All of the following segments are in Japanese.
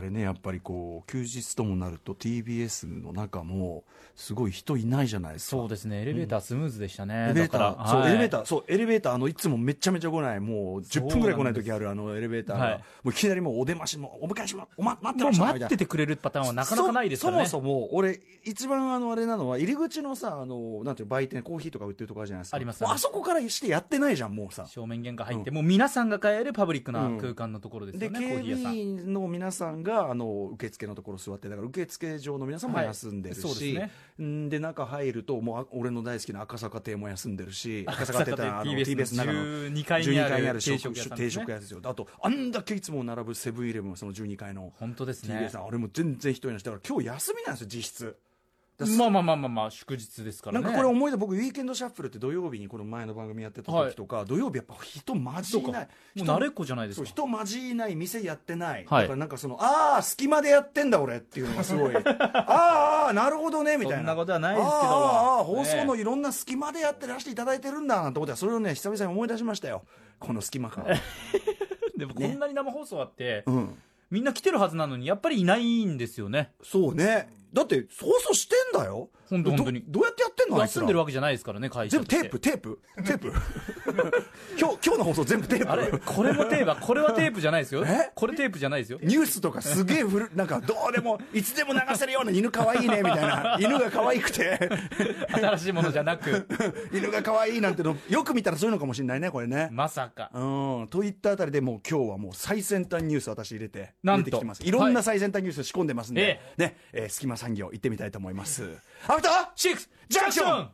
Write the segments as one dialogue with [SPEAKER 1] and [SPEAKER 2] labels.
[SPEAKER 1] れねやっぱりこう休日ともなると TBS の中もすごい人いないじゃないですか
[SPEAKER 2] そうですね、エレベータースムーズでしたね、
[SPEAKER 1] エレベータ
[SPEAKER 2] だから
[SPEAKER 1] ー、そう、
[SPEAKER 2] はい
[SPEAKER 1] エレベーター、そう、エレベーター、あの、いつもめちゃめちゃ来ない、もう、10分ぐらい来ない時ある、あの、エレベーターが、
[SPEAKER 2] はい
[SPEAKER 1] もういきなりもう、お出ましも、お迎えしま、おま、待って
[SPEAKER 2] も
[SPEAKER 1] ま
[SPEAKER 2] う
[SPEAKER 1] した
[SPEAKER 2] 待っててくれるパターンはなかなかないですからね、
[SPEAKER 1] そそもそも、俺、一番あの、あれなのは、入り口のさ、あの、なんていうの売店、コーヒーとか売ってるとこあるじゃないですか。
[SPEAKER 2] あります
[SPEAKER 1] もうあそこからしてやってないじゃん、もうさ。
[SPEAKER 2] 正面玄関入って、もう皆さんが買えるパブリックな空間のところです
[SPEAKER 1] で
[SPEAKER 2] よね、コ
[SPEAKER 1] 警
[SPEAKER 2] ーヒー屋さ
[SPEAKER 1] 備
[SPEAKER 2] ん。
[SPEAKER 1] 員の皆さんがあの受付のところ座ってだから受付上の皆さんも
[SPEAKER 2] はい
[SPEAKER 1] 休んでるし、
[SPEAKER 2] そうですね
[SPEAKER 1] んで中入るともうあ俺の大好きな赤坂亭も休んでる し
[SPEAKER 2] 赤
[SPEAKER 1] 赤
[SPEAKER 2] 坂
[SPEAKER 1] 坂
[SPEAKER 2] 亭
[SPEAKER 1] 亭ってあの
[SPEAKER 2] TBS
[SPEAKER 1] TBS の中の
[SPEAKER 2] 12階にあ
[SPEAKER 1] 12
[SPEAKER 2] る
[SPEAKER 1] 階にある
[SPEAKER 2] 定
[SPEAKER 1] 定食屋
[SPEAKER 2] 食屋さんですね
[SPEAKER 1] 定食屋ですよあとあんだけいつも並ぶセブンイレブンのその12階の
[SPEAKER 2] 本当ですね
[SPEAKER 1] TBS さん、あれも全然一人なしだから今日休みなんですよ実質だから
[SPEAKER 2] まあまあまあまあまあ、祝日ですから
[SPEAKER 1] な
[SPEAKER 2] ね。
[SPEAKER 1] んかこれ思い出僕ウィーケンドシャッフルって土曜日にこの前の番組やってた時とか、土曜日やっぱ人マジいない
[SPEAKER 2] もう
[SPEAKER 1] 人
[SPEAKER 2] 慣れっこじゃないです
[SPEAKER 1] そう
[SPEAKER 2] か。
[SPEAKER 1] 人交じない店やってない、
[SPEAKER 2] はい
[SPEAKER 1] だからなんかそのああ隙間でやってんだ俺っていうのがすご いあーあーなるほどねみたいな
[SPEAKER 2] そんなことはないですけども
[SPEAKER 1] あーあー放
[SPEAKER 2] ね
[SPEAKER 1] 送のいろんな隙間でやってらしていただいてるんだなんてことはそれをね久々に思い出しましたよこの隙間感
[SPEAKER 2] でもこんなに生放送あって、
[SPEAKER 1] うん
[SPEAKER 2] みんな来てるはずなのに、やっぱりいないんですよね。
[SPEAKER 1] そうねだって放送してんだよ
[SPEAKER 2] ほんとほんとに
[SPEAKER 1] どどうやってやってんのあいつ
[SPEAKER 2] 休ん
[SPEAKER 1] ら
[SPEAKER 2] でるわけじゃないですからね、会社
[SPEAKER 1] 全
[SPEAKER 2] と
[SPEAKER 1] 部
[SPEAKER 2] し
[SPEAKER 1] テ
[SPEAKER 2] て
[SPEAKER 1] ープテープテープ今日今日の放送全部テープ
[SPEAKER 2] あれこれもテープあ、これはテープじゃないですよ
[SPEAKER 1] え。
[SPEAKER 2] これテープじゃないですよ。
[SPEAKER 1] ニュースとかすげえ古なんかどうでもいつでも流せるような犬可愛いねみたいな犬が可愛くて
[SPEAKER 2] 新しいものじゃなく、
[SPEAKER 1] 犬が可愛いなんてのよく見たらそういうのかもしれないねこれね、
[SPEAKER 2] まさか。
[SPEAKER 1] うんといったあたりでもう今日はもう最先端ニュース私入れて
[SPEAKER 2] なん
[SPEAKER 1] 入
[SPEAKER 2] と
[SPEAKER 1] れてきてますいろんな最先端ニュース仕込んでますんで、ねえー隙間産業行ってみたいと思いますアフター
[SPEAKER 2] シックス
[SPEAKER 1] ジャンクション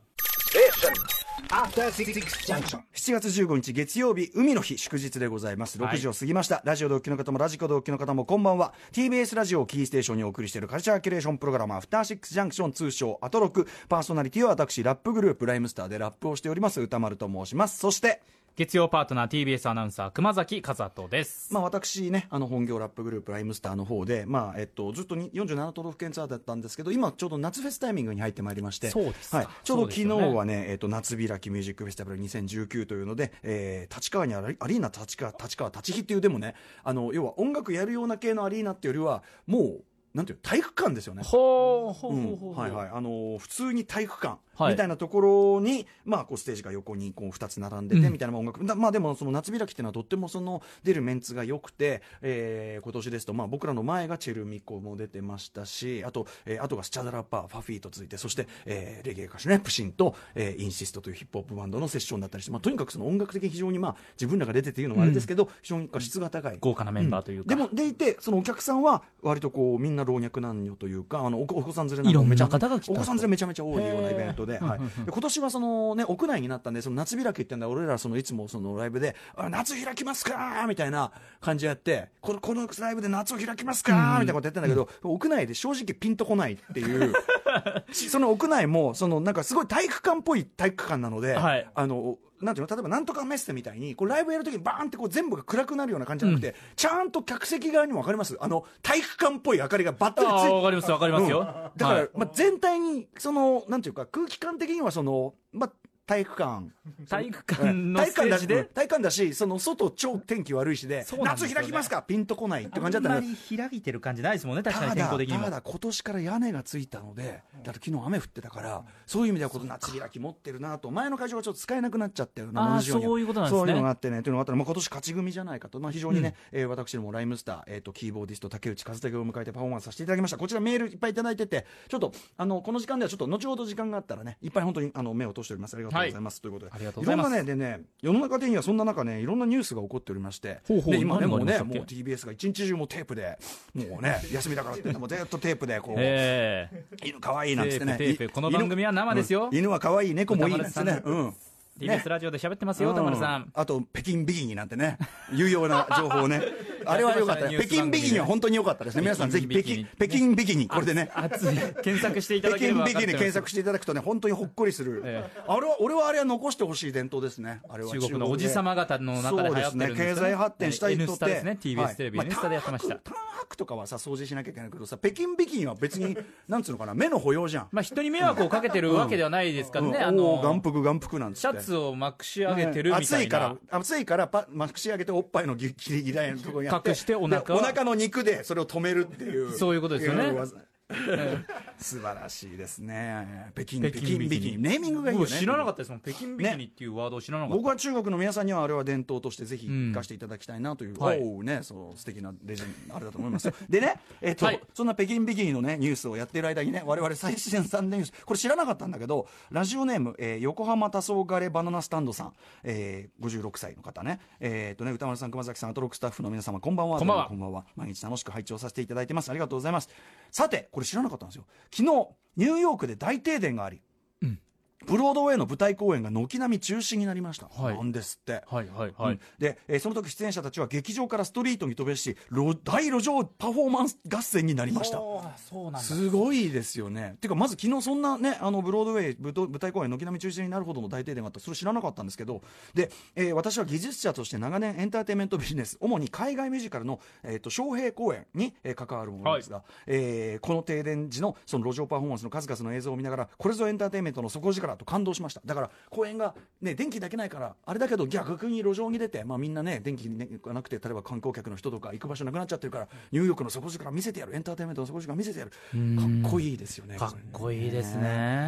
[SPEAKER 3] After City Junction.
[SPEAKER 1] 7月15日月曜日海の日祝日でございます
[SPEAKER 2] はい
[SPEAKER 1] 6時を過ぎました、ラジオ同期の方もラジコ同期の方もこんばんは TBS ラジオをキーステーションにお送りしているカルチャーキュレーションプログラムアフターシックスジャンクション通称アトロクパーソナリティは私ラップグループライムスターでラップをしております歌丸と申しますそして
[SPEAKER 2] 月曜パートナー TBS アナウンサー熊崎和人です。
[SPEAKER 1] まあ、私ね、あの本業ラップグループ、ライムスターの方で、まあえっと、ずっとに47都道府県ツアーだったんですけど、今、ちょうど夏フェスタイミングに入ってまいりまして、
[SPEAKER 2] そうですか
[SPEAKER 1] はい、ちょう
[SPEAKER 2] そう
[SPEAKER 1] ど
[SPEAKER 2] です
[SPEAKER 1] 昨
[SPEAKER 2] よ
[SPEAKER 1] 日
[SPEAKER 2] ね
[SPEAKER 1] はね、えっと、夏開きミュージックフェスティバル2019というので、えー立川にあるアリーナ立川、立川、立飛っていう、でもねあの、要は音楽やるような系のアリーナっていうよりは、もう、なんていうの体育館ですよね。
[SPEAKER 2] ほうほう
[SPEAKER 1] うん
[SPEAKER 2] ほうほう。
[SPEAKER 1] はいはいあのー普通に体育館
[SPEAKER 2] はい
[SPEAKER 1] みたいなところに、まあ、こうステージが横にこう2つ並んでて、
[SPEAKER 2] うん
[SPEAKER 1] みたいな音楽だまあ、でもその夏開きっていうのはとってもその出るメンツが良くて、えー今年ですと、まあ、僕らの前がチェルミコも出てましたしあと、えーあとがスチャダラッパーファフィーと続いてそして、えーレゲエ歌手ねプシンと、えーインシストというヒップホップバンドのセッションだったりして、まあ、とにかくその音楽的に非常に、まあ、自分らが出てっていうのもあれですけど、非常に質が高い
[SPEAKER 2] 豪華なメンバーというか。
[SPEAKER 1] でもでいてそのお客さんは割とこうみんな老若男女というかあのお子お子さん連れなんかもめちゃ
[SPEAKER 2] いろんな方が来た
[SPEAKER 1] お子さん連れめちゃめちゃ多いようなイベントで,、はい、
[SPEAKER 2] うんうんうん
[SPEAKER 1] で今年はその、ね、屋内になったんでその夏開きってんだ俺らそのいつもそのライブで「あ夏開きますか!」みたいな感じやってこのこのライブで夏を開きますかみたいなことやってんだけど、屋内で正直ピンとこないっていうしその屋内もそのなんかすごい体育館っぽい体育館なので、
[SPEAKER 2] はい
[SPEAKER 1] あのなんていうの例えばなんとかメッセみたいにこうライブやるときにバーンってこう全部が暗くなるような感じじゃなくて、ちゃんと客席側にも分かりますあの体育館っぽい明かりがばっ
[SPEAKER 2] あ
[SPEAKER 1] たりつい
[SPEAKER 2] ー
[SPEAKER 1] て
[SPEAKER 2] わかりますわかりますよ。
[SPEAKER 1] だから、
[SPEAKER 2] はい
[SPEAKER 1] まあ、全体にそのなんていうか空気感的にはその、まあ、体育館
[SPEAKER 2] 体育
[SPEAKER 1] 体
[SPEAKER 2] 館の
[SPEAKER 1] 育
[SPEAKER 2] ステ
[SPEAKER 1] 館
[SPEAKER 2] ー
[SPEAKER 1] だ
[SPEAKER 2] ジ
[SPEAKER 1] し
[SPEAKER 2] で
[SPEAKER 1] 体育館だしその外超天気悪いしで
[SPEAKER 2] そうなんですよね
[SPEAKER 1] 夏開きますかピンとこないって感じだ
[SPEAKER 2] あ
[SPEAKER 1] った
[SPEAKER 2] ん
[SPEAKER 1] んだ
[SPEAKER 2] ま
[SPEAKER 1] けど
[SPEAKER 2] り開いてる感じないですもんね、確かに
[SPEAKER 1] た
[SPEAKER 2] 天候
[SPEAKER 1] だ
[SPEAKER 2] 的にも
[SPEAKER 1] た。だ今年から屋根がついたのでだって昨日雨降ってたからそういう意味ではこの夏開き持ってるなと前の会場がちょっと使えなくなっちゃったような
[SPEAKER 2] あー
[SPEAKER 1] 同じよに
[SPEAKER 2] そういうことなんですね
[SPEAKER 1] そういうのがあってねというのがあったら、まあ、今年勝ち組じゃないかと、まあ、非常にね、えー私どもライムスター、えー、とキーボーディスト竹内和武を迎えてパフォーマンスさせていただきましたこちらメールいっぱいいただいててちょっとあのこの時間ではちょっと後ほど時間があったらねいっぱい本当にあの目を通しておりますありがとうございます、ということで
[SPEAKER 2] ありがとうございます
[SPEAKER 1] ろんなねでね世の中的にはそんな中ねいろんなニュースが起こっておりまして
[SPEAKER 2] ほうほう
[SPEAKER 1] で今でも
[SPEAKER 2] 何が
[SPEAKER 1] ね
[SPEAKER 2] ありま
[SPEAKER 1] もう
[SPEAKER 2] したっ
[SPEAKER 1] TBS が一日中もうテープでもう ね休みだからって言ってもずっとテープでこう、
[SPEAKER 2] ええ
[SPEAKER 1] 犬可愛いなんつってね
[SPEAKER 2] テープテープこの番組は生ですよ
[SPEAKER 1] 犬,、うん犬は可愛い猫もいいなんつってね
[SPEAKER 2] 歌丸さん
[SPEAKER 1] うん
[SPEAKER 2] TBS ラジオで喋ってますよ、田丸さ。
[SPEAKER 1] うんあと北京ビギニなんてね 有用な情報を ねあれは良かったね
[SPEAKER 2] やってました
[SPEAKER 1] 北
[SPEAKER 2] ね
[SPEAKER 1] 京ビギニは本当に良かったですね皆さんぜひ
[SPEAKER 2] 北
[SPEAKER 1] 北
[SPEAKER 2] 京ビギ
[SPEAKER 1] 京
[SPEAKER 2] ニ
[SPEAKER 1] 北京ビギニこれでね
[SPEAKER 2] 熱い。検索していた
[SPEAKER 1] 北
[SPEAKER 2] だけれ
[SPEAKER 1] 京
[SPEAKER 2] ば
[SPEAKER 1] ビ
[SPEAKER 2] 分か
[SPEAKER 1] ギ
[SPEAKER 2] っ
[SPEAKER 1] ニ
[SPEAKER 2] て
[SPEAKER 1] 検索していただくとね本当にほっこりする、
[SPEAKER 2] え
[SPEAKER 1] あれは俺はあれは残してほしい伝統ですねあれは
[SPEAKER 2] 中国のおじ
[SPEAKER 1] で
[SPEAKER 2] 様方の中で流行ってるんで
[SPEAKER 1] そ
[SPEAKER 2] す、ね、
[SPEAKER 1] うですね経済発展したい人って、
[SPEAKER 2] N スタですね TBS テレビ、
[SPEAKER 1] はい
[SPEAKER 2] N スタでやってました
[SPEAKER 1] あ、単白単白とかはさ掃除しなきゃいけないけどさ北京ビギンは別になんつうのかな目の保養じゃん、
[SPEAKER 2] まあ、人に迷惑をかけてるわけではないですからね、あ
[SPEAKER 1] うんおお眼
[SPEAKER 2] の
[SPEAKER 1] 福眼福なんつって
[SPEAKER 2] シャツをまくし上げてるみた
[SPEAKER 1] ね暑
[SPEAKER 2] いな、
[SPEAKER 1] いから暑いからパまくし上げておっぱいのギリギリのところに
[SPEAKER 2] 隠してお腹
[SPEAKER 1] で
[SPEAKER 2] を
[SPEAKER 1] お腹の肉でそれを止めるっていう
[SPEAKER 2] そういうことですよね
[SPEAKER 1] 技素晴らしいですね北京北京北京ネーミングがいいよ
[SPEAKER 2] 僕
[SPEAKER 1] ね
[SPEAKER 2] 知らなかったですもん北京ビキニっていうワードを知らなかった、
[SPEAKER 1] 僕は中国の皆さんにはあれは伝統としてぜひ
[SPEAKER 2] うん
[SPEAKER 1] 生かしていただきたいなという、
[SPEAKER 2] はい
[SPEAKER 1] おうねそう素敵なレジェンドあれだと思いますよでね、 えっと
[SPEAKER 2] はい
[SPEAKER 1] そんな北京ビキニの、ね、ニュースをやっている間にね我々最新3年ニュースこれ知らなかったんだけどラジオネーム、えー横浜多層ガレバナナスタンドさん、えー56歳の方ね,、えーっとね歌丸さん熊崎さんアトロックスタッフの皆様こんばんは
[SPEAKER 2] こんばんは
[SPEAKER 1] どうもこんばんは毎日楽しく拝聴させていただいてますありがとうございますさてこれ知らなかったんですよ昨日ニューヨークで大停電がありブロードウェイの舞台公演が軒並み中止になりました、
[SPEAKER 2] はい
[SPEAKER 1] なんですって、
[SPEAKER 2] はいはいは
[SPEAKER 1] う
[SPEAKER 2] い、
[SPEAKER 1] んで、えーその時出演者たちは劇場からストリートに飛び出し路大路上パフォーマンス合戦になりました
[SPEAKER 2] おーそうなんだ
[SPEAKER 1] すごいですよね。てか、まず昨日そんなね、あの、ブロードウェイ舞舞台公演、軒並み中止になるほどの大停電があった。それ知らなかったんですけど、で、えー私は技術者として長年エンターテインメントビジネス、主に海外ミュージカルの、えっ、と、招聘公演に、えー関わるものですが、えーこの停電時のその路上パフォーマンスの数々の映像を見ながら、これぞエンターテインメントの底力と感動しました。だから、公演がね、電気だけないから、あれだけど逆に路上に出て、まあみんなね、電気ねがなくて、例えば観光客の人とか行く場所なくなっちゃってるから、ニューヨークの底力見せてやる、エンターテインメントの底力見せてやる。かっこいいですよね。
[SPEAKER 2] かっこいいですね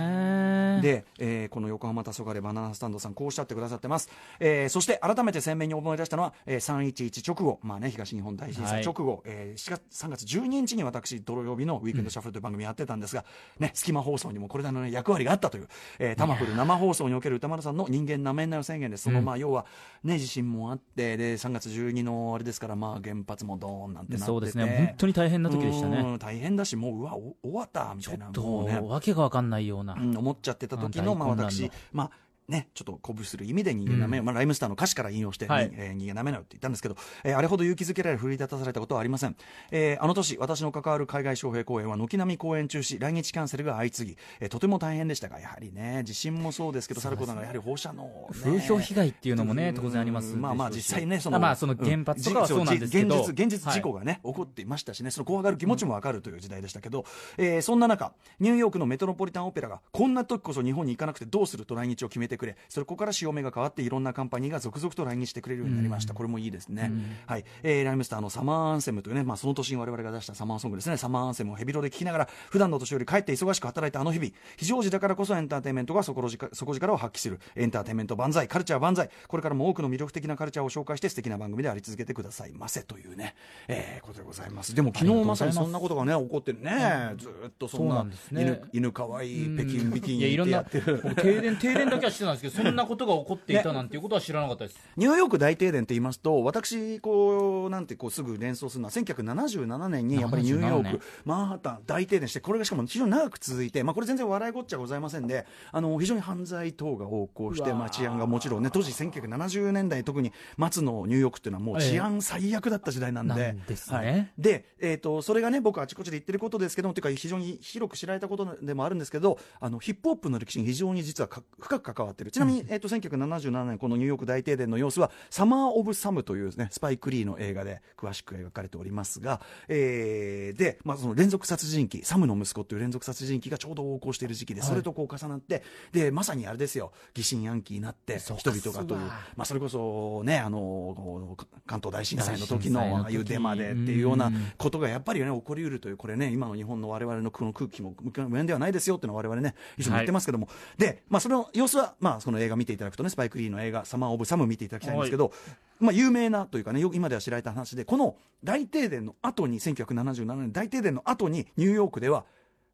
[SPEAKER 1] で、えーこの横浜黄昏バナナスタンドさん、こうおっしゃってくださってます、えーそして改めて鮮明に思い出したのは、えー、311直後、まあね、東日本大震災直後、えー4月3月12日に私、土曜日のウィークエンドシャッフルという番組やってたんですが、ね、隙間放送にもこれだの、ね、役割があったという、えータマフル生放送における歌丸さんの人間なめんなよ宣言です、そのまあ要は、ね、地震もあって、で3月12のあれですから、まあ、原発もドーンなんてなってて
[SPEAKER 2] そうですね本当に大変な時でしたね
[SPEAKER 1] うん大変だし、もう、うわ、お終わったみ
[SPEAKER 2] ち
[SPEAKER 1] た
[SPEAKER 2] ょ
[SPEAKER 1] いな、
[SPEAKER 2] っ
[SPEAKER 1] もうね
[SPEAKER 2] と、わけがわかんないような、
[SPEAKER 1] うん、思っちゃってた時
[SPEAKER 2] う
[SPEAKER 1] の、
[SPEAKER 2] ん
[SPEAKER 1] まあ、
[SPEAKER 2] 大混乱の
[SPEAKER 1] 私、まあね、ちょっと鼓舞する意味で人間なめ、
[SPEAKER 2] うん
[SPEAKER 1] まあ、ライムスターの歌詞から引用して、
[SPEAKER 2] はい
[SPEAKER 1] にえー人間なめなよって言ったんですけど、えーあれほど勇気づけられ振り立たされたことはありません、えーあの年私の関わる海外招聘公演は軒並み公演中止来日キャンセルが相次ぎ、えーとても大変でしたがやはりね地震もそうですけどさることながらやはり放射能、ね、
[SPEAKER 2] 風評被害っていうのもね当然ありますでしょうし
[SPEAKER 1] まあまあ実際ねそ
[SPEAKER 2] あ
[SPEAKER 1] の
[SPEAKER 2] まあその原発とかはそうなんですけど
[SPEAKER 1] 現実現実事故がね、起こっていましたしねその怖がる気持ちもわかるという時代でしたけど、えーそんな中ニューヨークのメトロポリタンオペラがこんな時こそ日本に行かなくてどうすると来日を決めてくれそれここから潮目が変わっていろんなカンパニーが続々と来日してくれるようになりました、これもいいですね、はい、えーライムスターのサマーアンセムというね、まあ、その年に我々が出したサマーソングですねサマーアンセムをヘビロで聴きながら普段の年より帰って忙しく働いたあの日々非常時だからこそエンターテインメントが底力底力を発揮するエンターテインメント万歳カルチャー万歳これからも多くの魅力的なカルチャーを紹介して素敵な番組であり続けてくださいませというね、えーことでございますでも昨
[SPEAKER 2] あり
[SPEAKER 1] 日
[SPEAKER 2] がとう
[SPEAKER 1] ま
[SPEAKER 2] ご
[SPEAKER 1] さ
[SPEAKER 2] ざい
[SPEAKER 1] に
[SPEAKER 2] ます
[SPEAKER 1] そんなことがね起こってるねずーっとそん
[SPEAKER 2] そう
[SPEAKER 1] な
[SPEAKER 2] なんですね
[SPEAKER 1] 犬犬かわいい北京ビキ
[SPEAKER 2] いやい
[SPEAKER 1] ニ
[SPEAKER 2] ろ
[SPEAKER 1] っ
[SPEAKER 2] ん
[SPEAKER 1] て
[SPEAKER 2] な
[SPEAKER 1] やってる
[SPEAKER 2] 僕停電停電だけはしてたんですけどそんなことが起こっていたなんていうことは知らなかったです、
[SPEAKER 1] ニューヨーク大停電って言いますと、私、こう、なんてこうすぐ連想するのは、1977年にやっぱりニューヨー
[SPEAKER 2] 77
[SPEAKER 1] ク、マンハッタン大停電して、これがしかも非常に長く続いて、まあこれ全然笑いごっちゃございませんで、あの、非常に犯罪等が横行して、
[SPEAKER 2] うわー
[SPEAKER 1] まあ治安がもちろんね、当時1970年代特に末のニューヨークっていうのはもう治安最悪だった時代なんで。
[SPEAKER 2] ええなんですね
[SPEAKER 1] はいで、えっ、と、それがね、僕あちこちで言ってることですけども、ていうか非常に広く知られたことでもあるんですけど、あの、ヒップホップの歴史に非常に実はか深く関わってる。ちなみに、えっ、と、1977年このニューヨーク大停電の様子は、サマー・オブ・サムというね、スパイク・リーの映画で詳しく描かれておりますが、えーで、まあ、その連続殺人鬼、サムの息子という連続殺人鬼がちょうど横行している時期で、
[SPEAKER 2] はい
[SPEAKER 1] それとこう重なって、で、まさにあれですよ、疑心暗鬼になって、人
[SPEAKER 2] そうか
[SPEAKER 1] 々がという
[SPEAKER 2] そうだ、
[SPEAKER 1] まあ、それこそね、あの、こう関東大震災の時の
[SPEAKER 2] 大震災の時
[SPEAKER 1] ああいうデマでっていうような
[SPEAKER 2] うん
[SPEAKER 1] ことがやっぱりね起こりうるというこれね今の日本の我々のこの空気も無縁ではないですよっていうのは我々ねいつも言ってますけども、で、まあ、その様子は、まあ、その映画見ていただくとねスパイク・リーの映画「サマー・オブ・サム」見ていただきたいんですけど、まあ、有名なというかねよく今では知られた話でこの大停電の後に1977年大停電の後にニューヨークでは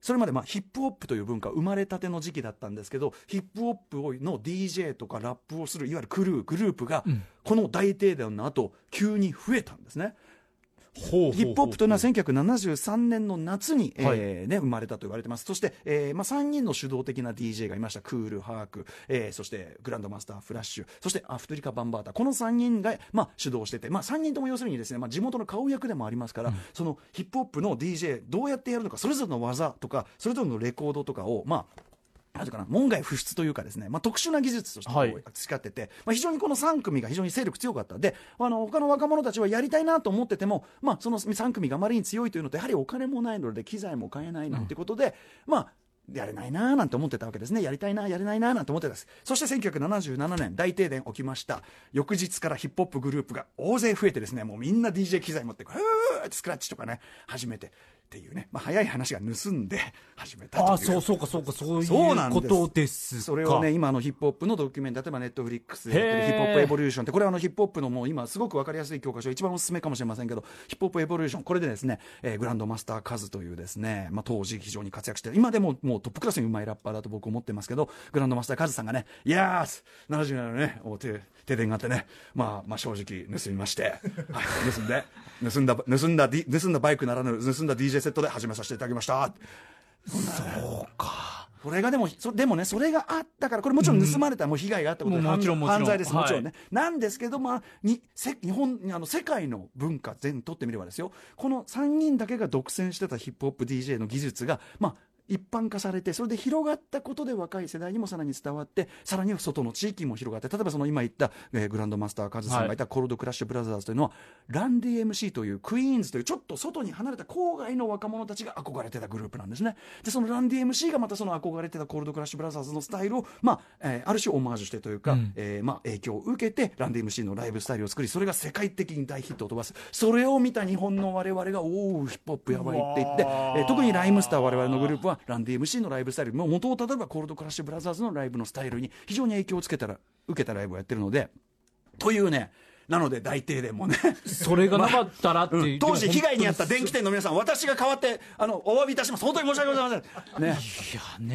[SPEAKER 1] それまでまあヒップホップという文化生まれたての時期だったんですけどヒップホップをの DJ とかラップをするいわゆるクルーグループが
[SPEAKER 2] うん
[SPEAKER 1] この大停電の後急に増えたんですね。
[SPEAKER 2] ほうほうほう
[SPEAKER 1] ヒップホップというのは1973年の夏に、
[SPEAKER 2] はい
[SPEAKER 1] えーね、生まれたと言われてます。そして、えーまあ、3人の主導的な DJ がいました。クール、ハーク、えーそしてグランドマスター、フラッシュ、そしてアフトリカ・バンバータ。この3人が、まあ、主導してて、まあ、3人とも要するにですね、まあ、地元の顔役でもありますから、そのヒップホップの DJ、どうやってやるのか、それぞれの技とか、それぞれのレコードとかを、まあ、なんていうかな門外不出というかですね、まあ、特殊な技術としてこ
[SPEAKER 2] はいう
[SPEAKER 1] 培ってて、まあ、非常にこの3組が非常に勢力強かったであの他の若者たちはやりたいなと思ってても、まあ、その3組があまりに強いというのとやはりお金もないので機材も買えないなんてことで、まあやれないなーなんて思ってたわけですねやりたいなやれないなーなんて思ってたんですそして1977年大停電起きました翌日からヒップホップグループが大勢増えてですねもうみんな DJ 機材持ってふーってスクラッチとかね始めてっていうね、まあ、早い話が盗んで始めたという
[SPEAKER 2] ああそうそうかそうかそうい
[SPEAKER 1] そうなん
[SPEAKER 2] う
[SPEAKER 1] で
[SPEAKER 2] こ
[SPEAKER 1] す
[SPEAKER 2] とですか
[SPEAKER 1] それをね今のヒップホップのドキュメンタリー例えばネットフリックスでやってる
[SPEAKER 2] へー
[SPEAKER 1] ヒップホップエボリューションってこれはあのヒップホップのもう今すごく分かりやすい教科書一番おすすめかもしれませんけどヒップホップエボリューションこれでですね、えーグランドマスターカズというですね、まあ、当時非常に活躍して今でももうトップクラスにうまいラッパーだと僕思ってますけどグランドマスターカズさんがね「いやーす77のねお停停電があってね、まあ、まあ正直盗みまして、 はい、盗んで盗んだ盗んだ D- 盗んだバイクならぬ盗んだ DJ セットで始めさせていただきました。これがでもそでもねそれがあったからこれもちろん盗まれた、もう被害があったことで
[SPEAKER 2] もうもちろ
[SPEAKER 1] 犯
[SPEAKER 2] んもちろん
[SPEAKER 1] 犯罪です
[SPEAKER 2] はい
[SPEAKER 1] もちろんね、なんですけどまあにせ日本あの世界の文化全とってみればですよこの3人だけが独占してたヒップホップ DJ の技術がまあ一般化されてそれで広がったことで若い世代にもさらに伝わってさらには外の地域も広がって例えばその今言った、えーグランドマスターカズさんがいたコールドクラッシュブラザーズというのは、ランディ MC というクイーンズというちょっと外に離れた郊外の若者たちが憧れてたグループなんですねでそのランディ MC がまたその憧れてたコールドクラッシュブラザーズのスタイルを、まあえーある種オマージュしてというか、
[SPEAKER 2] うん
[SPEAKER 1] えーまあ、影響を受けてランディ MC のライブスタイルを作りそれが世界的に大ヒットを飛ばすそれを見た日本の我々がおおヒップホップやばいって言って、
[SPEAKER 2] うわー
[SPEAKER 1] えー特にライムスター我々のグループはランディ MC のライブスタイルもう元をたどればコールドクラッシュブラザーズのライブのスタイルに非常に影響をつけたら受けたライブをやってるのでというねなので大停電もね
[SPEAKER 2] それがなかったらっていう、
[SPEAKER 1] うん当時被害に遭った電気店の皆さん私が代わってあのお詫びいたします本当に申し訳ございませんね
[SPEAKER 2] いや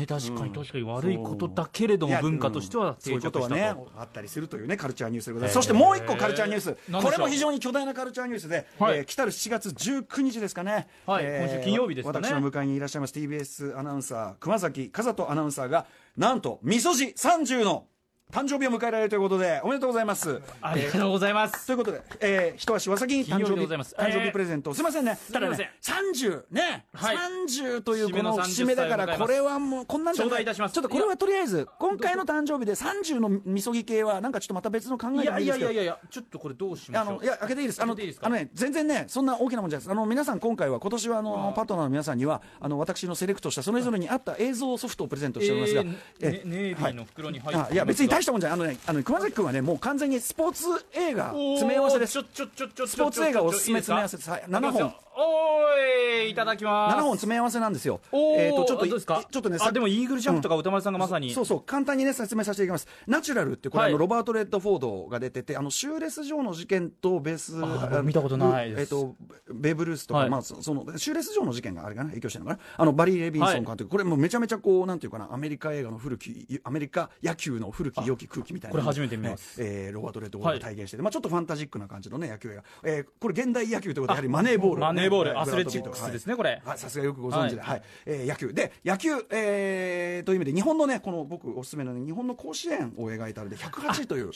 [SPEAKER 2] ね確かに確かに悪いことだけれど
[SPEAKER 1] い
[SPEAKER 2] も
[SPEAKER 1] や
[SPEAKER 2] 文化として
[SPEAKER 1] うん
[SPEAKER 2] は
[SPEAKER 1] そうい
[SPEAKER 2] 定
[SPEAKER 1] う
[SPEAKER 2] 着
[SPEAKER 1] こと
[SPEAKER 2] したと
[SPEAKER 1] はねあったりするというねカルチャーニュースでございます
[SPEAKER 2] へ
[SPEAKER 1] そ
[SPEAKER 2] ー
[SPEAKER 1] してもう一個カルチャーニュース
[SPEAKER 2] 何でしょう
[SPEAKER 1] これも非常に巨大なカルチャーニュースで、
[SPEAKER 2] はい
[SPEAKER 1] えー来たる7月19日ですかね、
[SPEAKER 2] はい
[SPEAKER 1] えー
[SPEAKER 2] 今週金曜日ですかね
[SPEAKER 1] 私の迎えにいらっしゃいます TBS アナウンサー熊崎風人アナウンサーがなんとみそじ30の誕生日を迎えられるということでおめでとうございます
[SPEAKER 2] ありがとうございます
[SPEAKER 1] ということで、えー、一足お先に誕
[SPEAKER 2] 金曜
[SPEAKER 1] 生
[SPEAKER 2] 日で
[SPEAKER 1] 日
[SPEAKER 2] ございます
[SPEAKER 1] 誕生
[SPEAKER 2] え
[SPEAKER 1] 日
[SPEAKER 2] ー
[SPEAKER 1] プレゼント、すみませんね、ただ
[SPEAKER 2] すい
[SPEAKER 1] ね、30、ね、
[SPEAKER 2] はい
[SPEAKER 1] 30というこの節
[SPEAKER 2] 節
[SPEAKER 1] 目
[SPEAKER 2] 目の30
[SPEAKER 1] だから、
[SPEAKER 2] 歳を迎えます
[SPEAKER 1] これはもう、こんなんじゃ
[SPEAKER 2] 頂
[SPEAKER 1] な
[SPEAKER 2] 戴いたします
[SPEAKER 1] ちょっとこれはとりあえず、今回の誕生日で30のみそぎ系は、なんかちょっとまた別の考え
[SPEAKER 2] い
[SPEAKER 1] でも
[SPEAKER 2] や
[SPEAKER 1] いい
[SPEAKER 2] い
[SPEAKER 1] で
[SPEAKER 2] や
[SPEAKER 1] す
[SPEAKER 2] い
[SPEAKER 1] けど
[SPEAKER 2] やい。やいやちょっとこれどうしま
[SPEAKER 1] あ
[SPEAKER 2] しょう
[SPEAKER 1] のいや開けていいですあの
[SPEAKER 2] 開けていいですか
[SPEAKER 1] あの、ね、全然ねそんな大きなもんじゃないですあの皆さん今回は今年はあのパートナーの皆さんにはあの私のセレクトしたそれぞれに合った映像ソフトをプレゼントしておりますが、
[SPEAKER 2] えーねネイビーの袋に入って
[SPEAKER 1] あいや別に大したもんじゃないあのねあの熊崎君はねもう完全にスポーツ映画詰め合わせです
[SPEAKER 2] おーちょちょちょちょ
[SPEAKER 1] スポーツ映画おすすめ詰め合わせ
[SPEAKER 2] いい
[SPEAKER 1] ですす
[SPEAKER 2] か
[SPEAKER 1] はい7本
[SPEAKER 2] いきますよおーいいただきます
[SPEAKER 1] 7本詰め合わせなんですよ。
[SPEAKER 2] おー
[SPEAKER 1] えーとちょっと
[SPEAKER 2] あどうですか
[SPEAKER 1] ちょっとねさ
[SPEAKER 2] あでもイーグルジャンプとか歌丸さんがまさに
[SPEAKER 1] そうそう簡単にね説明させていただきます。ナチュラルってこれ、
[SPEAKER 2] はい
[SPEAKER 1] あのロバートレッドフォードが出ててあのシューレス上の事件とベース
[SPEAKER 2] ー
[SPEAKER 1] あの
[SPEAKER 2] 見たことないです
[SPEAKER 1] えっとベーブルースとか、
[SPEAKER 2] はい
[SPEAKER 1] まあそそのシューレス上の事件があれかな影響してるのかなあのバリーレビンソン監督、これもうめちゃめちゃこうなんていうかなアメリカ映画の古きアメリカ野球の古き良き空気みたいな。
[SPEAKER 2] これ初めて見ます
[SPEAKER 1] えーロバート・レッドフォードが体現してて、まあ、ちょっとファンタジックな感じの、ね、野球映画、えーこれ、現代野球ということで、やはりマネーボール、
[SPEAKER 2] マネーボール
[SPEAKER 1] ね
[SPEAKER 2] アスレチックスですねこれ
[SPEAKER 1] はい、さすがよくご存知で、はいえー野球、で野球、えーという意味で、日本のね、この僕、おすすめの、ね、日本の甲子園を描いたので、108という、こ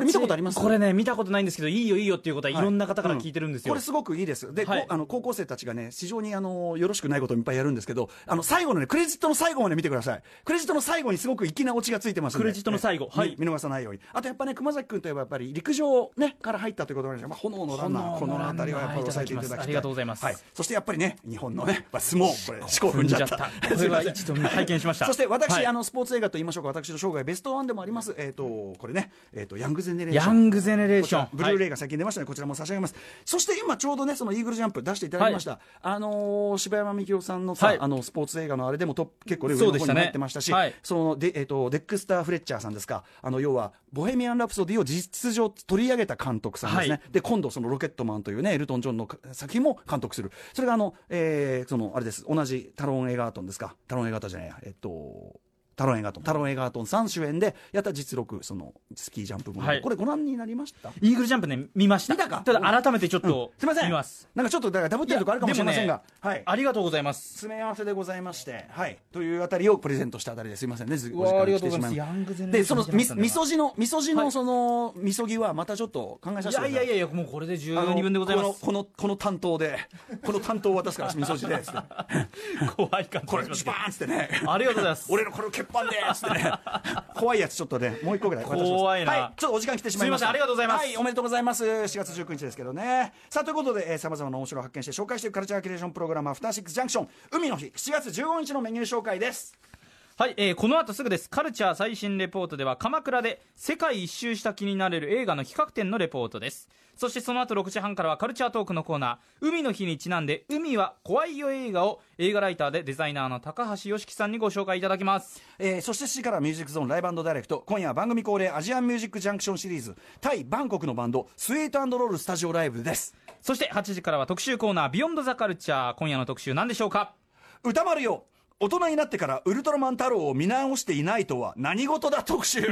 [SPEAKER 1] れ見たことあります
[SPEAKER 2] これね見たことないんですけどいいよいいよっていうことはい
[SPEAKER 1] はい
[SPEAKER 2] ろんな方から聞いてるんですよ
[SPEAKER 1] これすごくいいですで、こう
[SPEAKER 2] はい
[SPEAKER 1] あの高校生たちがね非常にあのよろしくないことをいっぱいやるんですけどあの最後のねクレジットの最後まで見てくださいクレジットの最後にすごく粋なオチがついてますんで
[SPEAKER 2] クレジットの最後
[SPEAKER 1] ね
[SPEAKER 2] はい
[SPEAKER 1] 見見逃さないようにあとやっぱね熊崎君といえばやっぱり陸上、ね、から入ったということなんですが、まあ、炎のランナーこ
[SPEAKER 2] 炎
[SPEAKER 1] の
[SPEAKER 2] のランナー
[SPEAKER 1] 辺りはやっぱり抑えていただきたい
[SPEAKER 2] ありがとうございます
[SPEAKER 1] はい、そしてやっぱりね日本のねやっぱ相撲これ思考踏んじゃった
[SPEAKER 2] 踏んじゃったこれは一度拝見しました
[SPEAKER 1] そして私、
[SPEAKER 2] はい
[SPEAKER 1] あのスポーツ映画と言いましょうか私の生涯ベストワンでもありますえっ、とこれねえっ、とヤングゼネレーション
[SPEAKER 2] ヤングゼネレー
[SPEAKER 1] こち
[SPEAKER 2] ション
[SPEAKER 1] らブルーレイが先に出ましたので、こちらも差し上げます。そして今ちょうどね、そのイーグルジャンプ出していただきました。あのー柴山美紀夫さんのさ、
[SPEAKER 2] はい
[SPEAKER 1] あのスポーツ映画のあれでもトップ結構ね上
[SPEAKER 2] そ
[SPEAKER 1] の
[SPEAKER 2] うで
[SPEAKER 1] 方
[SPEAKER 2] し
[SPEAKER 1] に
[SPEAKER 2] たね
[SPEAKER 1] なってましたし、
[SPEAKER 2] はい
[SPEAKER 1] そのでえっ、とデックスター・フレッチャーさんですか。あの要はボヘミアン・ラプソディを事実上取り上げた監督さんですね。
[SPEAKER 2] はい
[SPEAKER 1] で今度そのロケットマンというねエルトン・ジョンの作品も監督する。それがあの、えーそのあれです。同じタロン・エガートンですか。タロン・エガートンじゃないや。えっ、と。タロンエガートン、タロンエガートン3主演でやった実録、そのスキージャンプもの、
[SPEAKER 2] はい
[SPEAKER 1] これご覧になりました
[SPEAKER 2] イーグルジャンプね見ました
[SPEAKER 1] 見たか
[SPEAKER 2] ただ改めてちょっと
[SPEAKER 1] すみません
[SPEAKER 2] 見ます
[SPEAKER 1] なんかちょっとだからダブってるとこあるかもしれませんが、
[SPEAKER 2] いや
[SPEAKER 1] はい
[SPEAKER 2] でもねありがとうございます
[SPEAKER 1] 詰め合わせでございまして、はい、というあたりをプレゼントしたあたりですいませんねず
[SPEAKER 2] う
[SPEAKER 1] お
[SPEAKER 2] わー
[SPEAKER 1] 時間
[SPEAKER 2] ありがとう
[SPEAKER 1] 来
[SPEAKER 2] ご
[SPEAKER 1] て
[SPEAKER 2] ざ
[SPEAKER 1] しま
[SPEAKER 2] います
[SPEAKER 1] い
[SPEAKER 2] ヤングゼネレ
[SPEAKER 1] で
[SPEAKER 2] ーショ
[SPEAKER 1] そ
[SPEAKER 2] ン
[SPEAKER 1] の
[SPEAKER 2] 見
[SPEAKER 1] み
[SPEAKER 2] てましたね
[SPEAKER 1] みそじのみそじのその、みそぎはまたちょっと考えさせ
[SPEAKER 2] い
[SPEAKER 1] てくだ
[SPEAKER 2] や
[SPEAKER 1] さい
[SPEAKER 2] いやいやいやもうこれで十二分でございます
[SPEAKER 1] このこのこの担当でこの担当を渡すからみそじでつ って
[SPEAKER 2] 怖い感じ
[SPEAKER 1] こ
[SPEAKER 2] が
[SPEAKER 1] れ
[SPEAKER 2] します
[SPEAKER 1] ジュバーンっつってね
[SPEAKER 2] ありがとうございます
[SPEAKER 1] 俺のこれを欠番でっつってね怖いやつちょっとねもう一個ぐらい渡します
[SPEAKER 2] 怖いな
[SPEAKER 1] はい、ちょっとお時間来てしまいました
[SPEAKER 2] すいませんありがとうございます
[SPEAKER 1] はいおめでとうございます4月19日ですけどねさあということでさまざまな面白を発見して紹介しているカルチャーキュレーションプログラム「アフターシックスジャンクション海の日」7月15日のメニュー紹介です
[SPEAKER 2] はい、えーこの後すぐです。カルチャー最新レポートでは、鎌倉で世界一周した気になれる映画の企画展のレポートです。そしてその後6時半からはカルチャートークのコーナー、海の日にちなんで、海は怖いよ映画を映画ライターでデザイナーの高橋よしきさんにご紹介いただきます。
[SPEAKER 1] えーそして7時からミュージックゾーンライブダイレクト今夜は番組恒例アジアンミュージックジャンクションシリーズタイ・バンコクのバンドスイートロールスタジオライブです
[SPEAKER 2] そして8時からは特集コーナー、ビヨンドザカルチャー。今夜の特集何でしょうか
[SPEAKER 1] 歌丸よ大人になってからウルトラマン太郎を見直していないとは何事だ特集、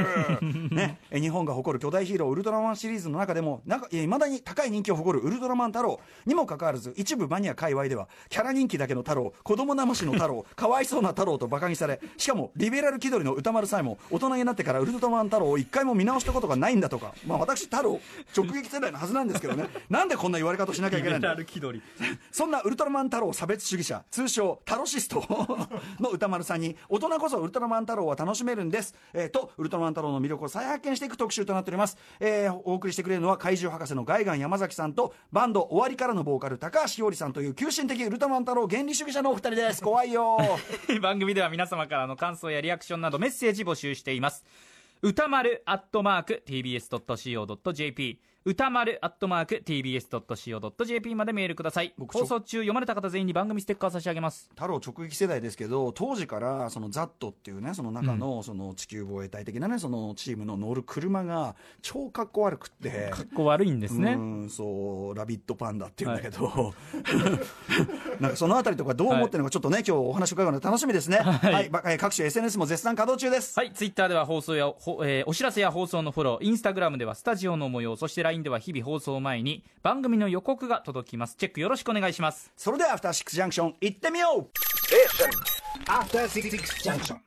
[SPEAKER 1] ね、え日本が誇る巨大ヒーローウルトラマンシリーズの中でもいまだに高い人気を誇るウルトラマン太郎にもかかわらず一部マニア界隈ではキャラ人気だけの太郎子供なましの太郎かわいそうな太郎とバカにされしかもリベラル気取りの歌丸さえも大人になってからウルトラマン太郎を一回も見直したことがないんだとか、まあ、私太郎直撃世代のはずなんですけどねなんでこんな言われ方しなきゃいけないんだ
[SPEAKER 2] 気取り。
[SPEAKER 1] そんなウルトラマン太郎差別主義者通称タロシストの歌丸さんに大人こそウルトラマン太郎は楽しめるんです、えーとウルトラマン太郎の魅力を再発見していく特集となっております、えーお送りしてくれるのは怪獣博士のガイガン山崎さんとバンド終わりからのボーカル高橋ひよりさんという急進的ウルトラマン太郎原理主義者のお二人です怖いよ
[SPEAKER 2] 番組では皆様からの感想やリアクションなどメッセージ募集しています歌丸アットマーク tbs.co.jp 歌丸アットマーク tbs.co.jp までメールください
[SPEAKER 1] 僕
[SPEAKER 2] 放送中読まれた方全員に番組ステッカー差し上げます
[SPEAKER 1] 太郎直撃世代ですけど当時からそのザットっていうねその中のその地球防衛隊的なねそのチームの乗る車が超かっこ悪くって
[SPEAKER 2] かっこ悪いんです
[SPEAKER 1] う
[SPEAKER 2] ね
[SPEAKER 1] んそうラビットパンダっていうんだけど、 なんかそのあたりとかどう思ってるのかちょっとね、今日お話伺うの楽しみですね、はい
[SPEAKER 2] い
[SPEAKER 1] ばえー各種 SNS も絶賛稼働中です、
[SPEAKER 2] はい、ツイッターでは放送や、ほえーお知らせや放送のフォロー、インスタグラムではスタジオの模様、そして LINE では日々放送前に番組の予告が届きます。チェックよろしくお願いします。
[SPEAKER 1] それでは「アフターシックスジャンクション」行ってみよう
[SPEAKER 3] Station. After Six Junction.